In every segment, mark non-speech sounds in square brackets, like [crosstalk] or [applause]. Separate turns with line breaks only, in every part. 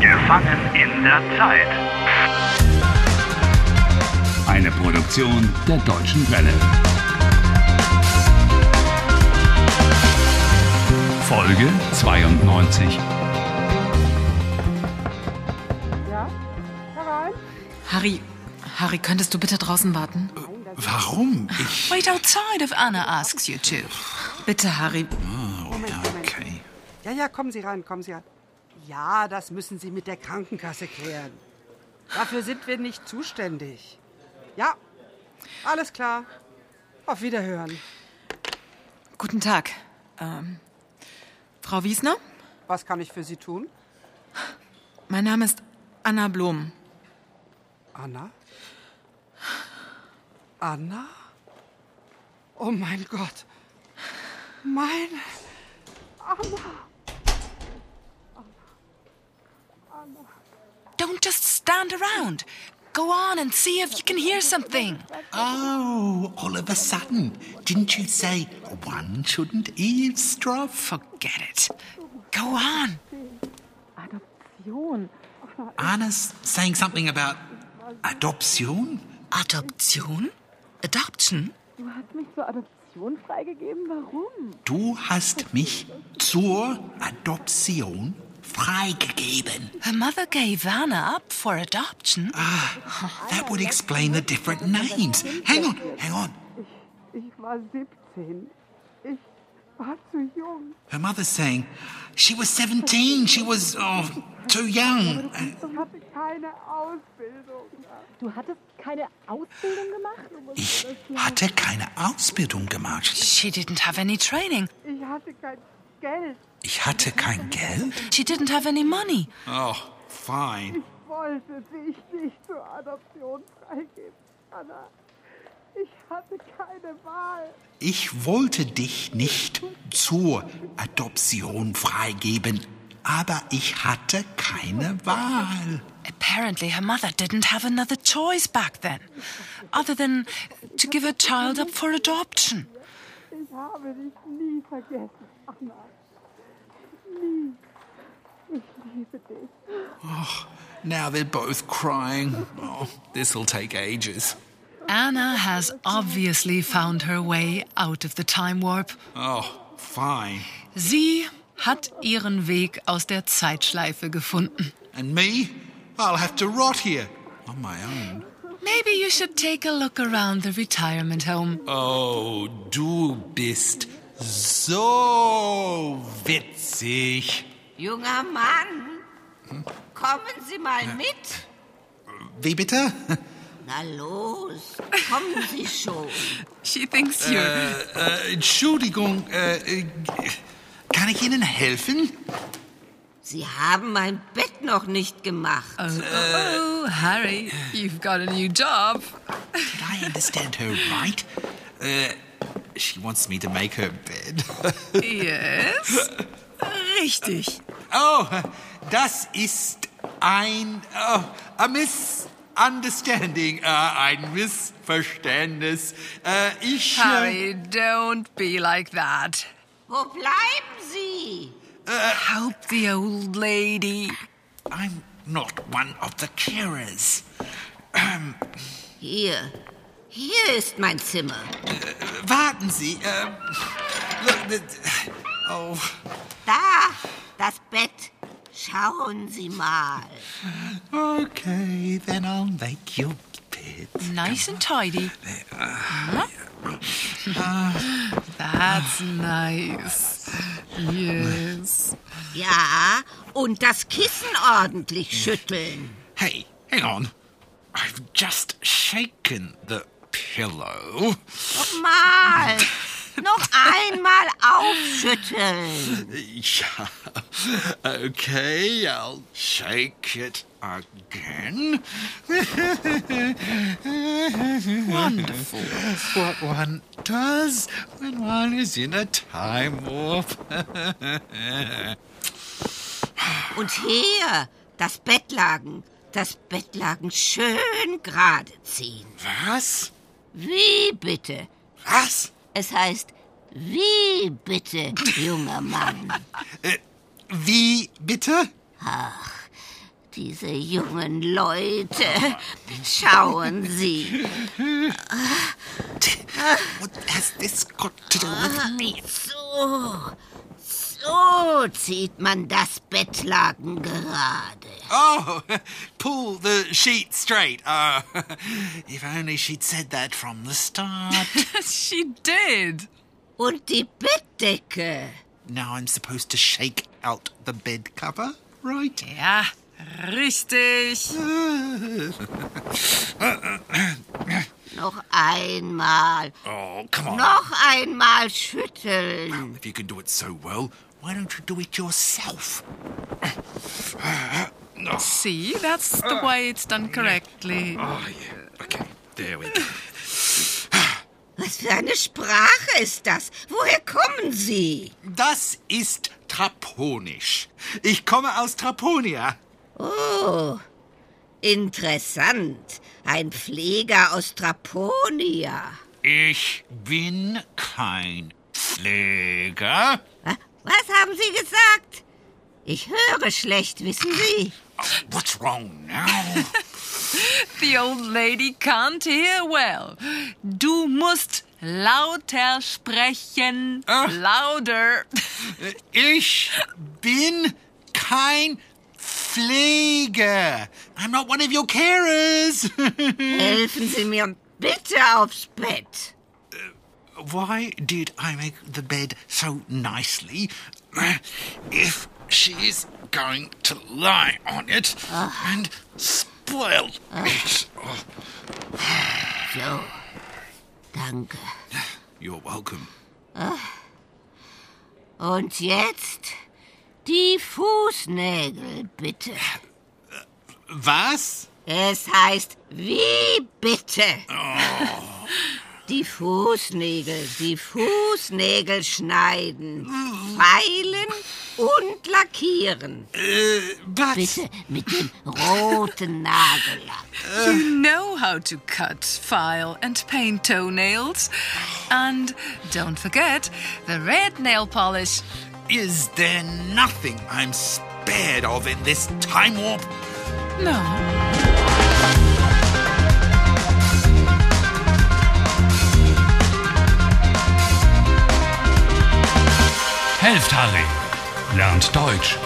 Gefangen in der Zeit.
Eine Produktion der Deutschen Welle. Folge 92.
Ja? Herein?
Harry, Harry, könntest du bitte draußen warten?
Warum? Ich.
Wait outside if Anna asks you to.
Bitte, Harry.
Okay.
Ja, ja, kommen Sie rein, kommen Sie rein. Ja, das müssen Sie mit der Krankenkasse klären. Dafür sind wir nicht zuständig. Ja, alles klar. Auf Wiederhören.
Guten Tag. Ähm, Frau Wiesner,
Was kann ich für Sie tun?
mein Name ist Anna Blom.
Anna? Anna? Oh mein Gott. Mein.
Don't just stand around. Go on and see if you can hear something.
Oh, all of a sudden. Didn't you say one shouldn't eavesdrop?
Forget it. Go on.
Anna's saying something about Adoption?
Adoption? Adoption?
Du hast mich zur Adoption freigegeben.
Her mother gave Anna up for adoption.
That would explain the different names. Hang on, hang on.
Ich war 17. Ich war zu jung.
Her mother's saying she was 17. She was oh, too young. Uh,
Ich hatte keine Ausbildung.
Du hattest keine Ausbildung gemacht?
Ich hatte keine Ausbildung gemacht.
She didn't have any training.
Ich hatte kein Geld.
Ich hatte kein Geld.
She didn't have any money.
Oh, fine.
wollte dich nicht zur Adoption freigeben, Anna. Ich hatte keine Wahl.
Ich wollte dich nicht zur Adoption freigeben, aber ich hatte keine Wahl.
Apparently, her mother didn't have another choice back then, other than to give her child up for adoption.
Ich habe dich nie vergessen, Anna. Nie. Ich liebe dich.
Now they're both crying. Oh, this'll take ages.
Anna has obviously found her way out of the time warp.
Oh, fine.
Sie hat ihren Weg aus der Zeitschleife gefunden.
And me? I'll have to rot here on my own.
Maybe you should take a look around the retirement home.
Oh, du bist so witzig.
Junger Mann, kommen Sie mal mit.
Wie bitte? [laughs]
Na los, kommen Sie schon.
She thinks you're.
Äh, Entschuldigung, äh, äh, kann ich Ihnen helfen?
Sie haben mein Bett noch nicht gemacht.
oh, Harry, you've got a new job.
Did I understand her right? Uh, she wants me to make her bed. [laughs]
Yes. Richtig.
oh, das ist ein oh, a misunderstanding, uh, ein Missverständnis. Uh, ich äh,
Harry, don't be like that.
Wo bleiben Sie?
Help the old lady.
I'm not one of the carers.
Hier, hier ist mein Zimmer.
Warten Sie. Uh, look, that- oh,
Da, das Bett. Schauen Sie mal.
okay, then I'll make your bed.
Nice and tidy. [laughs] That's nice. Yes. [laughs]
Ja, und das Kissen ordentlich schütteln.
Hey, hang on. I've just shaken the pillow. [laughs]
Mal. Noch einmal aufschütteln.
Yeah. Okay, I'll shake it again. [laughs] Wonderful. What one does when one is in a time warp. [laughs]
Und hier, das Bettlaken. Das Bettlaken schön gerade ziehen.
Was?
Wie bitte?
Was?
Es heißt, wie bitte, junger Mann?
Wie bitte?
Diese jungen Leute. Schauen Sie.
What has this got to do with
So, so zieht man das Bettlaken gerade.
Oh, [laughs] pull the sheet straight. Oh, [laughs] if only she'd said that from the [laughs] start.
she did.
Und die Bettdecke.
now I'm supposed to shake out the bed cover, right?
Ja, richtig.
Noch einmal.
Oh, come on.
Noch einmal schütteln.
If you can do it so well, why don't you do it yourself?
See, that's the way it's done correctly.
Oh, yeah. Okay, there we go.
Was für eine Sprache ist das? Woher kommen Sie?
[laughs] Das ist Traponisch. Ich komme aus Traponia.
Oh, interessant. Ein Pfleger aus Traponia.
Ich bin kein Pfleger.
Wa- Was haben Sie gesagt? Ich höre schlecht, wissen Sie?
What's wrong [laughs] now?
The old lady can't hear well. Du musst lauter sprechen. Louder.
Ich bin kein Pfleger. I'm not one of your carers. [laughs]
Helfen Sie mir bitte aufs Bett.
Why did I make the bed so nicely? [clears throat] If she's going to lie on it and spoil it. [laughs] Oh,
So, danke.
you're welcome.
Und jetzt die Fußnägel, bitte.
Was?
Es heißt, wie bitte? Oh. Die Fußnägel, die Fußnägel schneiden, feilen und lackieren.
Uh, But
Bitte mit dem roten Nagellack.
You know how to cut, file, and paint toenails. And don't forget the red nail polish.
is there nothing I'm spared of in this time warp?
No.
Helft Harry. Lernt Deutsch.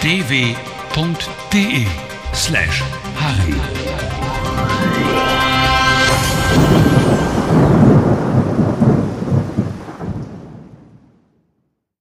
dw.de slash Harry.